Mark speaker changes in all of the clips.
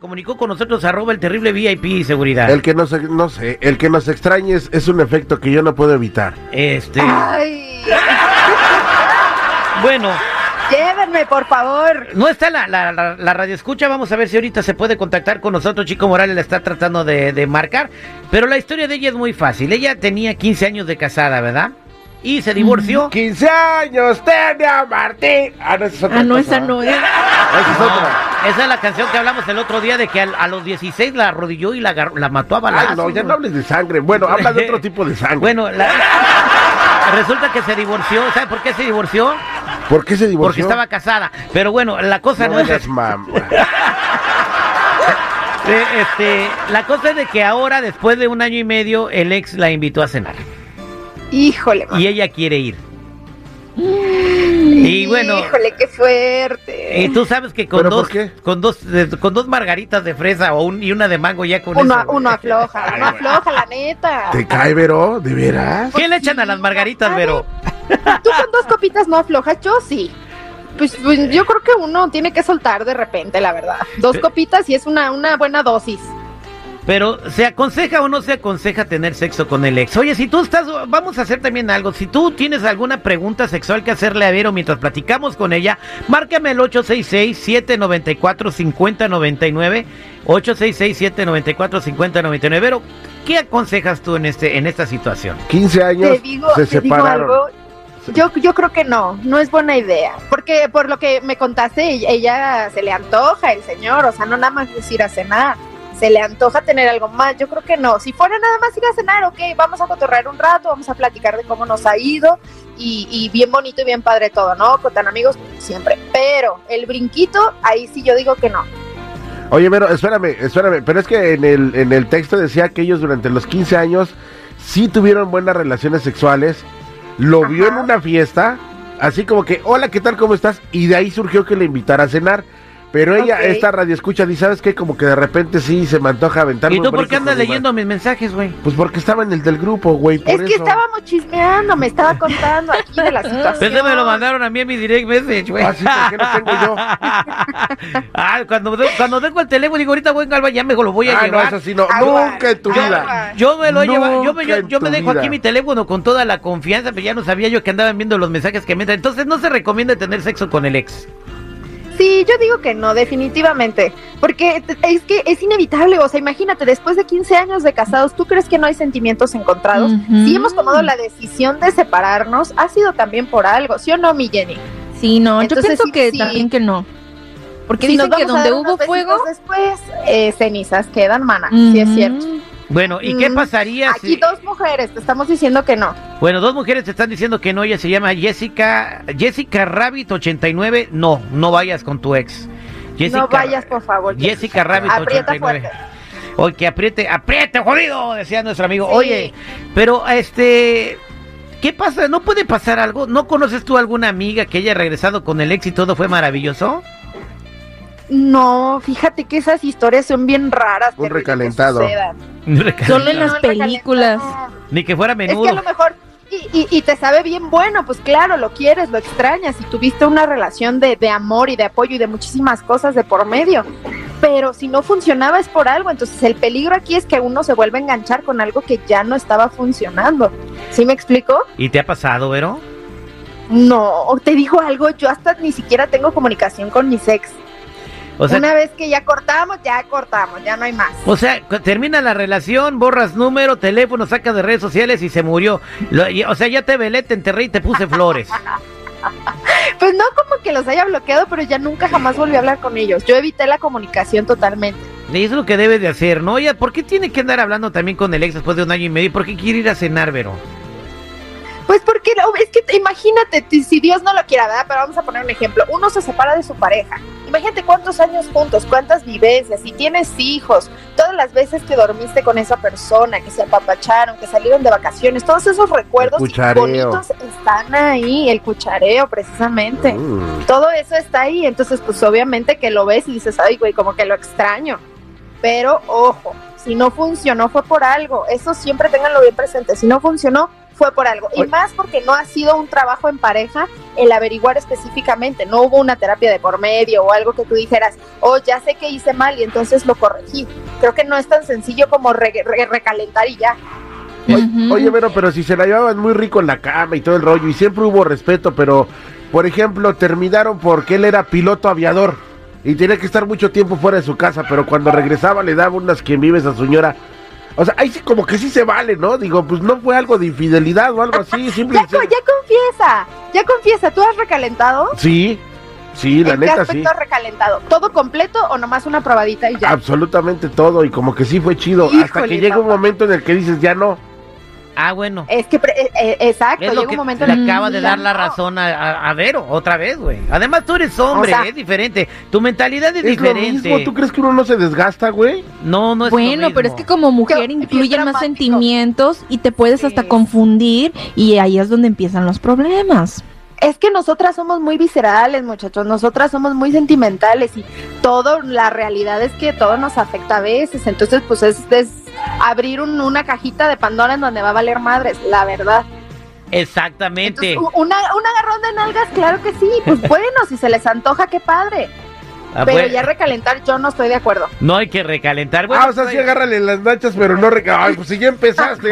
Speaker 1: comunicó con nosotros arroba el terrible VIP seguridad.
Speaker 2: El que nos, no sé, el que nos extrañe es, es un efecto que yo no puedo evitar.
Speaker 1: Este.
Speaker 3: Ay,
Speaker 1: Bueno,
Speaker 3: llévenme, por favor.
Speaker 1: no está la, la, la, la radio escucha. Vamos a ver si ahorita se puede contactar con nosotros. Chico Morales la está tratando de, de marcar. Pero la historia de ella es muy fácil. Ella tenía 15 años de casada, ¿verdad? Y se divorció.
Speaker 2: 15 años tenía Martín. Ah, no, esa es otra
Speaker 4: Ah, no,
Speaker 2: cosa.
Speaker 4: esa no es.
Speaker 2: Esa es
Speaker 1: No,
Speaker 2: otra.
Speaker 1: esa es la canción que hablamos el otro día de que al- a, los 16 la arrodilló y la, agar- la mató a balazos.
Speaker 2: Ay, no, ya no
Speaker 1: güey.
Speaker 2: hables de sangre. Bueno, habla de otro tipo de sangre.
Speaker 1: Bueno, la- resulta que se divorció. ¿Sabe por qué se divorció?
Speaker 2: ¿por qué se divorció?
Speaker 1: Porque estaba casada. Pero bueno, la cosa
Speaker 2: No
Speaker 1: no, es
Speaker 2: digas mamá.
Speaker 1: Eh, este, la cosa es de que ahora, después de un año y medio, el ex la invitó a cenar.
Speaker 3: Híjole,
Speaker 2: Ah.
Speaker 1: Y ella quiere ir.
Speaker 2: Mm.
Speaker 3: man.
Speaker 1: Y bueno,
Speaker 3: Híjole, qué fuerte.
Speaker 1: eh, tú sabes que con
Speaker 2: ¿Pero por
Speaker 1: dos,
Speaker 2: qué?
Speaker 1: con dos, eh, con dos margaritas de fresa o un- y una de mango ya con
Speaker 3: uno,
Speaker 1: eso, güey.
Speaker 3: uno afloja, uno afloja, la neta.
Speaker 2: ¿Te cae, Vero? ¿De veras?
Speaker 1: ¿Qué le echan a las margaritas, Vero?
Speaker 3: Tú con dos copitas no aflojas, yo sí. Pues, pues, yo creo que uno tiene que soltar de repente, la verdad. Dos
Speaker 1: Eh.
Speaker 3: copitas y es una, una buena dosis.
Speaker 1: Pero, ¿se aconseja o no se aconseja tener sexo con el ex? Oye, si tú estás, vamos a hacer también algo. Si tú tienes alguna pregunta sexual que hacerle a Vero mientras platicamos con ella, márcame el 866-794-5099. 866-794-5099. Vero, ¿qué aconsejas tú en, este, en esta situación?
Speaker 2: 15 años
Speaker 3: Te digo,
Speaker 2: se
Speaker 3: te digo
Speaker 2: separaron.
Speaker 3: algo. Yo, yo creo que no, no es buena idea. Porque por lo que me contaste, ella, ella se le antoja el señor, o sea, no nada más es ir a cenar. Se le antoja tener algo más, yo creo que no. Si fuera nada más ir a cenar, ok, vamos a cotorrear un rato, vamos a platicar de cómo nos ha ido y, y bien bonito y bien padre todo, ¿no? Con tan amigos siempre. Pero el brinquito, ahí sí yo digo que no.
Speaker 2: Oye, Vero, espérame, espérame. Pero es que en el, en el texto decía que ellos durante los 15 años sí tuvieron buenas relaciones sexuales. Lo vio en
Speaker 3: Ajá.
Speaker 2: una fiesta, así como que, hola, ¿qué tal? ¿Cómo estás? Y de ahí surgió que le invitara a cenar. Pero ella,
Speaker 3: Ok.
Speaker 2: esta radio escucha, dice, ¿sabes qué? Como que de repente sí se me antoja aventar.
Speaker 1: ¿Y tú por qué andas leyendo mis mensajes, güey?
Speaker 2: Pues porque estaba en el del grupo, güey. por
Speaker 3: es que
Speaker 2: eso.
Speaker 3: estábamos chismeando, me estaba contando aquí de la situación.
Speaker 2: Pues
Speaker 1: Pensé me lo mandaron a mí en mi direct message, güey.
Speaker 2: Ah, sí, ¿por qué no tengo yo?
Speaker 1: Ah, cuando, de- cuando dejo el teléfono, digo, ahorita voy en Galva, ya me lo voy a
Speaker 2: Ah, no,
Speaker 1: llevar.
Speaker 2: eso sí, no.
Speaker 3: Agua,
Speaker 2: Nunca en tu
Speaker 3: agua.
Speaker 2: vida.
Speaker 1: Yo me lo he llevado, yo me,
Speaker 2: Nunca
Speaker 1: yo,
Speaker 2: en
Speaker 1: yo me
Speaker 2: tu
Speaker 1: dejo aquí
Speaker 2: vida.
Speaker 1: mi teléfono con toda la confianza, pero ya no sabía yo que andaban viendo los mensajes que me entran. Entonces no se recomienda tener sexo con el ex.
Speaker 3: Sí, yo digo que no, definitivamente. Porque t- es que es inevitable. O sea, imagínate, después de 15 años de casados, ¿tú crees que no hay sentimientos encontrados?
Speaker 4: Ujú.
Speaker 3: Si hemos tomado la decisión de separarnos, ha sido también por algo, ¿sí o no, mi Jenny?
Speaker 4: Sí, no, yo
Speaker 3: Entonces,
Speaker 4: pienso
Speaker 3: sí,
Speaker 4: que
Speaker 3: sí.
Speaker 4: también que no. Porque
Speaker 3: Si
Speaker 4: dicen que
Speaker 3: vamos a
Speaker 4: donde
Speaker 3: dar unos
Speaker 4: hubo
Speaker 3: besitos
Speaker 4: fuego. Mm.
Speaker 3: Después, eh, cenizas quedan, mana. Sí, es
Speaker 4: Ujú.
Speaker 3: cierto.
Speaker 1: Bueno, ¿y qué
Speaker 3: Mm,
Speaker 1: pasaría
Speaker 3: Aquí
Speaker 1: si...
Speaker 3: dos mujeres, te estamos diciendo que no.
Speaker 1: Bueno, dos mujeres te están diciendo que no, ella se llama Jessica, Jessica Rabbit 89, no, no vayas con tu ex. Jessica,
Speaker 3: no vayas, por favor. Jenny.
Speaker 1: Jessica Rabbit
Speaker 3: Aprieta
Speaker 1: 89.
Speaker 3: fuerte.
Speaker 1: Oye, que apriete, apriete, jodido, decía nuestro amigo.
Speaker 3: Sí.
Speaker 1: Oye, pero este, ¿qué pasa? ¿No puede pasar algo? ¿No conoces tú alguna amiga que haya regresado con el ex y todo fue maravilloso?
Speaker 3: No, fíjate que esas historias son bien raras.
Speaker 2: Un
Speaker 3: terrible, que
Speaker 2: recalentado.
Speaker 3: sucedan.
Speaker 4: Solo en
Speaker 3: No,
Speaker 4: las
Speaker 3: el
Speaker 4: películas.
Speaker 3: recalentado.
Speaker 1: Ni que fuera
Speaker 3: Es que a
Speaker 1: menudo.
Speaker 3: lo mejor, y, y- y te sabe bien bueno, pues claro, lo quieres, lo extrañas, y tuviste una relación de, de amor y de apoyo y de muchísimas cosas de por medio. Pero si no funcionaba es por algo, entonces el peligro aquí es que uno se vuelva a enganchar con algo que ya no estaba funcionando. ¿Sí me explico?
Speaker 1: ¿Y te ha pasado, Vero?
Speaker 3: No, te digo algo, yo hasta ni siquiera tengo comunicación con mis ex.
Speaker 1: O sea,
Speaker 3: una vez que ya cortamos, ya cortamos, ya no hay más.
Speaker 1: o sea, cu- termina la relación, borras número, teléfono, sacas de redes sociales y se murió. Lo- y- o sea, ya te velé, te enterré y te puse flores.
Speaker 3: Pues no como que los haya bloqueado, pero ya nunca jamás volví a hablar con ellos. Yo evité la comunicación totalmente.
Speaker 1: Y eso es lo que debes de hacer, ¿no? Oye, ¿por qué tiene que andar hablando también con el ex después de un año y medio? ¿Y por qué quiere ir a cenar, Vero?
Speaker 3: Pues porque no, es que te- imagínate, ti- si Dios no lo quiera, ¿verdad? Pero vamos a poner un ejemplo. Uno se separa de su pareja. Imagínate cuántos años juntos, cuántas vivencias, si tienes hijos, todas las veces que dormiste con esa persona, que se apapacharon, que salieron de vacaciones, todos esos recuerdos
Speaker 2: El cuchareo.
Speaker 3: bonitos están ahí, el cuchareo precisamente.
Speaker 2: Mm.
Speaker 3: Todo eso está ahí, entonces pues obviamente que lo ves y dices, ay güey, como que lo extraño. Pero ojo, si no funcionó fue por algo, eso siempre ténganlo bien presente, si no funcionó fue por algo. Y
Speaker 2: Oye.
Speaker 3: más porque no ha sido un trabajo en pareja el averiguar específicamente. No hubo una terapia de por medio o algo que tú dijeras, oh, ya sé que hice mal y entonces lo corregí. Creo que no es tan sencillo como re- re- recalentar y ya.
Speaker 4: Ujú.
Speaker 2: Oye, Vero, pero si se la llevaban muy rico en la cama y todo el rollo, y siempre hubo respeto, pero, por ejemplo, terminaron porque él era piloto aviador y tenía que estar mucho tiempo fuera de su casa, pero cuando regresaba le daba unas quien vives a su señora. O sea, ahí sí como que sí se vale, ¿no? Digo, pues no fue algo de infidelidad o algo así, simple y
Speaker 3: Ya, co-
Speaker 2: sencillo.
Speaker 3: ya confiesa, ya confiesa. ¿Tú has recalentado?
Speaker 2: Sí, sí, la
Speaker 3: ¿En qué
Speaker 2: neta
Speaker 3: aspecto
Speaker 2: sí. Ah,
Speaker 3: has recalentado? ¿Todo completo o nomás una probadita y ya?
Speaker 2: Absolutamente todo y como que sí fue chido. hasta
Speaker 3: Híjole,
Speaker 2: que llega un
Speaker 3: papá.
Speaker 2: momento en el que dices, ya no.
Speaker 1: Ah, bueno.
Speaker 3: Es que, pre- eh, eh, exacto,
Speaker 1: Es lo
Speaker 3: llega un
Speaker 1: que
Speaker 3: momento
Speaker 1: le
Speaker 3: en el que
Speaker 1: acaba de
Speaker 3: ya
Speaker 1: dar la
Speaker 3: no.
Speaker 1: razón a, a- a Vero, otra vez, güey. Además, tú eres hombre,
Speaker 3: O sea,
Speaker 1: es diferente. Tu mentalidad es,
Speaker 2: Es
Speaker 1: diferente.
Speaker 2: lo mismo, ¿tú crees que uno no se desgasta, güey?
Speaker 1: No, no es lo
Speaker 4: Bueno, pero es
Speaker 1: mismo.
Speaker 4: que como mujer
Speaker 3: Yo-
Speaker 4: incluyen
Speaker 3: bien
Speaker 4: más
Speaker 3: dramático.
Speaker 4: sentimientos y te puedes
Speaker 3: Sí.
Speaker 4: hasta confundir y ahí es donde empiezan los problemas.
Speaker 3: Es que nosotras somos muy viscerales, muchachos. Nosotras somos muy sentimentales y todo, la realidad es que todo nos afecta a veces. Entonces, pues es, es abrir un- una cajita de Pandora en donde va a valer madres, la verdad.
Speaker 1: Exactamente.
Speaker 3: Entonces, u- una, un agarrón de nalgas, claro que sí. Pues bueno, si se les antoja, qué padre.
Speaker 1: Ah,
Speaker 3: uh, Pero
Speaker 1: bueno,
Speaker 3: ya recalentar, yo no estoy de acuerdo.
Speaker 1: No hay que recalentar. Bueno,
Speaker 2: ah, o sea,
Speaker 1: pues,
Speaker 2: sí agárrale las nachas, pero no reca... Ay, pues si ya empezaste.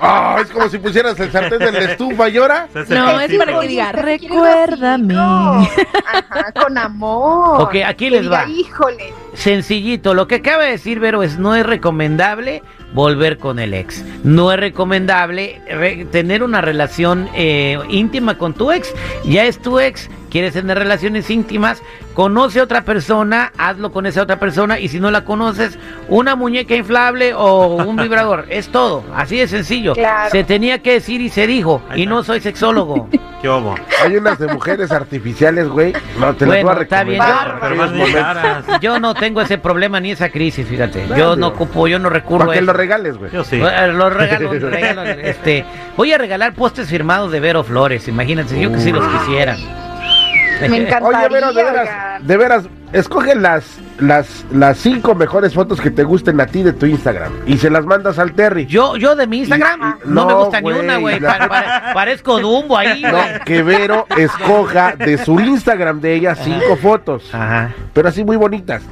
Speaker 2: Ah, es como si pusieras el sartén en la estufa y ahora...
Speaker 5: Se hace
Speaker 4: No, es
Speaker 5: fácil.
Speaker 4: para que
Speaker 3: Oye,
Speaker 4: diga,
Speaker 3: ¿te quieres rosito?
Speaker 4: recuérdame.
Speaker 3: Ajá, con amor.
Speaker 1: Ok, aquí
Speaker 3: Que
Speaker 1: les
Speaker 3: diga,
Speaker 1: va.
Speaker 3: Híjole.
Speaker 1: Sencillito, lo que acaba de decir Vero es no es recomendable volver con el ex. No es recomendable re- tener una relación eh, íntima con tu ex. Ya es tu ex, quieres tener relaciones íntimas, conoce a otra persona, hazlo con esa otra persona y si no la conoces, una muñeca inflable o un vibrador. es todo, así de sencillo.
Speaker 3: Claro.
Speaker 1: Se tenía que decir y se dijo.
Speaker 5: Ahí
Speaker 1: Y
Speaker 5: está.
Speaker 1: no soy sexólogo.
Speaker 5: ¿Qué hubo?
Speaker 2: Hay unas de mujeres artificiales, güey. No, te las
Speaker 1: Bueno,
Speaker 2: voy a
Speaker 1: está bien,
Speaker 2: recomendar.
Speaker 5: Pero más
Speaker 2: Aquellos momentos.
Speaker 5: llegaras.
Speaker 1: Yo no tengo ese problema ni esa crisis, fíjate. Yo
Speaker 2: Claro.
Speaker 1: no ocupo, yo no recurro
Speaker 2: Para
Speaker 1: a
Speaker 2: que
Speaker 1: eso.
Speaker 2: lo regales, güey.
Speaker 5: Yo sí.
Speaker 1: Eh, Los regalos, los regalos, este, voy a regalar postes firmados de Vero Flores, imagínense, yo que sí los
Speaker 3: Ay,
Speaker 1: quisiera.
Speaker 3: Me encantaría.
Speaker 2: Oye, Vero, de veras,
Speaker 3: oigan.
Speaker 2: de veras, escoge las, las, las cinco mejores fotos que te gusten a ti de tu Instagram y se las mandas al Terry.
Speaker 1: Yo, yo de mi Instagram
Speaker 2: Y-
Speaker 1: no, me
Speaker 2: no,
Speaker 1: gusta ni
Speaker 2: güey,
Speaker 1: una, güey.
Speaker 2: la-
Speaker 1: pa- pa- parezco Dumbo ahí,
Speaker 2: No,
Speaker 1: güey.
Speaker 2: que Vero escoja de su Instagram de ella
Speaker 1: Ah.
Speaker 2: cinco fotos,
Speaker 1: Ajá,
Speaker 2: pero así muy bonitas,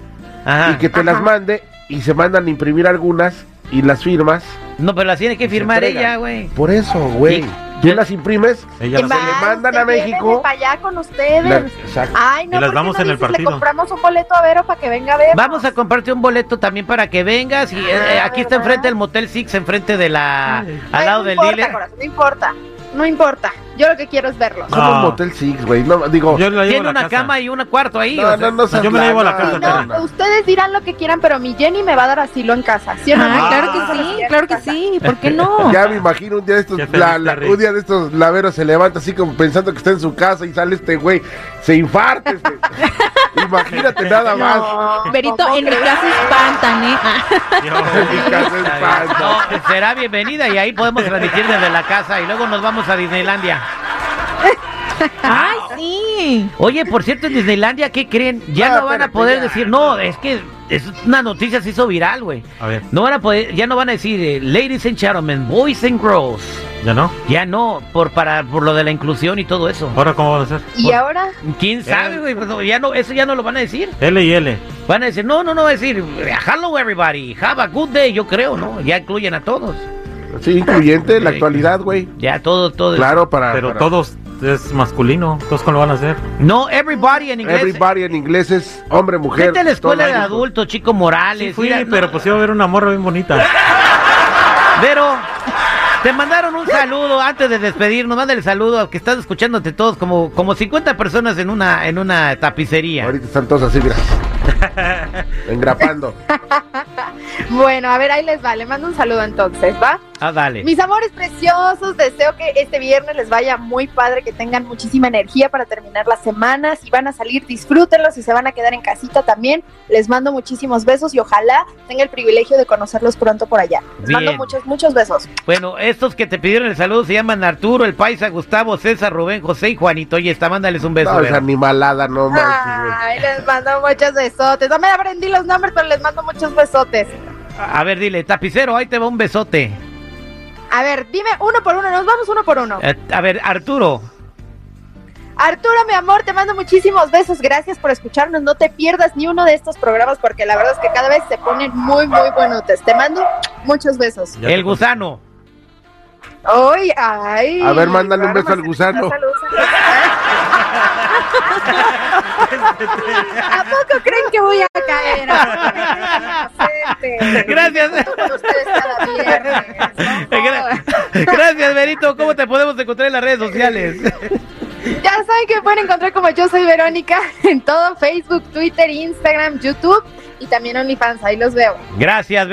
Speaker 5: Ah.
Speaker 1: ajá.
Speaker 2: y que te
Speaker 3: Ajá.
Speaker 2: las mande y se mandan a imprimir algunas y las firmas.
Speaker 1: No, pero las tiene que
Speaker 2: Se
Speaker 1: firmar
Speaker 2: entregan.
Speaker 1: ella, güey.
Speaker 2: Por eso, güey.
Speaker 1: Sí.
Speaker 2: Tú las imprimes.
Speaker 5: Ella
Speaker 2: Se
Speaker 5: lo
Speaker 2: va.
Speaker 5: hace.
Speaker 2: le mandan
Speaker 3: Vas,
Speaker 2: a México.
Speaker 3: llévenme pa' allá con ustedes.
Speaker 2: la- exacto.
Speaker 3: Ay, no,
Speaker 5: Y las
Speaker 3: ¿por qué
Speaker 5: vamos
Speaker 3: no
Speaker 5: en el
Speaker 3: dices,
Speaker 5: partido.
Speaker 3: Le compramos un boleto a Vero para que venga a ver.
Speaker 1: Vamos a comprarte un boleto también para que vengas. Y, eh,
Speaker 3: Ah,
Speaker 1: aquí está
Speaker 3: ¿verdad?
Speaker 1: enfrente el Motel Six, enfrente de la. al lado
Speaker 3: no
Speaker 1: del
Speaker 3: importa,
Speaker 1: dealer.
Speaker 3: corazón, no importa, no importa. Yo lo que quiero es verlos.
Speaker 5: No,
Speaker 2: Como un Motel Six, güey. No, digo.
Speaker 5: Ah. Yo la llevo
Speaker 1: Tiene
Speaker 5: a la
Speaker 1: una
Speaker 5: casa.
Speaker 1: cama y un cuarto ahí. o
Speaker 2: no,
Speaker 1: sea,
Speaker 2: no, no seas
Speaker 5: yo me la llevo a la
Speaker 2: lana,
Speaker 5: casa,
Speaker 2: no,
Speaker 5: Terry.
Speaker 2: no.
Speaker 3: No, ustedes dirán lo que quieran, pero mi Jenny me va a dar asilo en casa, ¿sí o no?
Speaker 4: Ah, claro que
Speaker 3: Ah.
Speaker 4: sí, claro que sí, ¿por qué no?
Speaker 3: Oh.
Speaker 2: Ya me imagino un día de estos,
Speaker 5: Qué feliz,
Speaker 2: la- la-
Speaker 5: Terry.
Speaker 2: un día de estos laveros se levanta así como pensando que está en su casa y sale este güey, se infarta. este. Imagínate nada más.
Speaker 3: No,
Speaker 4: Verito,
Speaker 3: ¿cómo
Speaker 4: en mi
Speaker 3: crees?
Speaker 4: casa espantan, ¿eh? Ah,
Speaker 2: En mi
Speaker 5: Yo-
Speaker 2: casa es falso.
Speaker 1: No, será bienvenida y ahí podemos transmitir desde la casa y luego nos vamos a Disneylandia.
Speaker 4: ¡Ay, sí!
Speaker 1: Oye, por cierto, en Disneylandia, ¿qué creen? Ya
Speaker 2: Ah,
Speaker 1: no van a
Speaker 2: espérate,
Speaker 1: poder
Speaker 2: ya.
Speaker 1: decir, no, es que es una noticia se hizo viral, güey.
Speaker 5: A ver,
Speaker 1: No van a poder, ya no van a decir, eh, ladies and gentlemen, boys and girls.
Speaker 5: ¿ya no?
Speaker 1: Ya no, por para por lo de la inclusión y todo eso.
Speaker 5: ¿Ahora cómo van a hacer?
Speaker 3: Y ahora,
Speaker 1: ¿Quién sabe, güey? Pues no, ya no, eso ya no lo van a decir.
Speaker 5: L y L.
Speaker 1: Van a decir, no, no, no, va a decir, hello everybody, have a good day, yo creo, ¿no? Ya incluyen a todos.
Speaker 2: Sí, incluyente en la actualidad, güey.
Speaker 1: Ya todo, todo.
Speaker 2: Claro, para.
Speaker 5: Pero
Speaker 2: para-
Speaker 5: todos es masculino. Todos cómo lo van a hacer.
Speaker 1: No, everybody en inglés.
Speaker 2: Everybody en inglés es hombre, mujer.
Speaker 1: Vete a la escuela
Speaker 2: todo
Speaker 1: de
Speaker 2: eso.
Speaker 1: adultos, Chico Morales.
Speaker 5: Sí fui,
Speaker 1: mira, no,
Speaker 5: pero pues iba a ver una morra bien bonita.
Speaker 1: Vero, te mandaron un saludo antes de despedirnos. Mándale saludo a que estás escuchándote todos como, como 50 personas en una, en una tapicería.
Speaker 2: Ahorita están todos así, mira. Engrapando.
Speaker 3: bueno, a ver, ahí les va, le mando un saludo entonces, ¿va?
Speaker 1: Ah, dale.
Speaker 3: Mis amores preciosos, deseo que este viernes les vaya muy padre, que tengan muchísima energía para terminar la semana. Si van a salir, disfrútenlos. Si se van a quedar en casita también, les mando muchísimos besos y ojalá tenga el privilegio de conocerlos pronto por allá. Les mando
Speaker 1: Bien.
Speaker 3: muchos, muchos besos.
Speaker 1: Bueno, estos que te pidieron el saludo se llaman Arturo, el Paisa, Gustavo, César, Rubén, José y Juanito. Oye, está, mándales un beso.
Speaker 2: No, es
Speaker 1: Vero.
Speaker 2: animalada, no manches, güey.
Speaker 3: Ay, les mando muchos besotes. No me aprendí los nombres, pero les mando muchos besotes.
Speaker 1: A ver, dile, tapicero, ahí te va un besote.
Speaker 3: A ver, dime uno por uno, nos vamos uno por uno.
Speaker 1: Eh, a ver, Arturo.
Speaker 3: Arturo, mi amor, te mando muchísimos besos. Gracias por escucharnos. No te pierdas ni uno de estos programas porque la verdad es que cada vez se ponen muy, muy buenotes. Te mando muchos besos.
Speaker 5: Ya te
Speaker 1: el gusano.
Speaker 3: Ay, ay.
Speaker 2: A ver, mándale un
Speaker 3: Bárbara,
Speaker 2: beso al gusano.
Speaker 3: saludos al gusano. ¿A poco creen que voy a caer?
Speaker 1: Gracias.
Speaker 3: Con ustedes cada viernes.
Speaker 1: Gra- Gracias, Benito. ¿Cómo te podemos encontrar en las redes sociales?
Speaker 3: Ya saben que me pueden encontrar como yo soy Verónica en todo Facebook, Twitter, Instagram, YouTube y también OnlyFans. Ahí los veo.
Speaker 1: Gracias,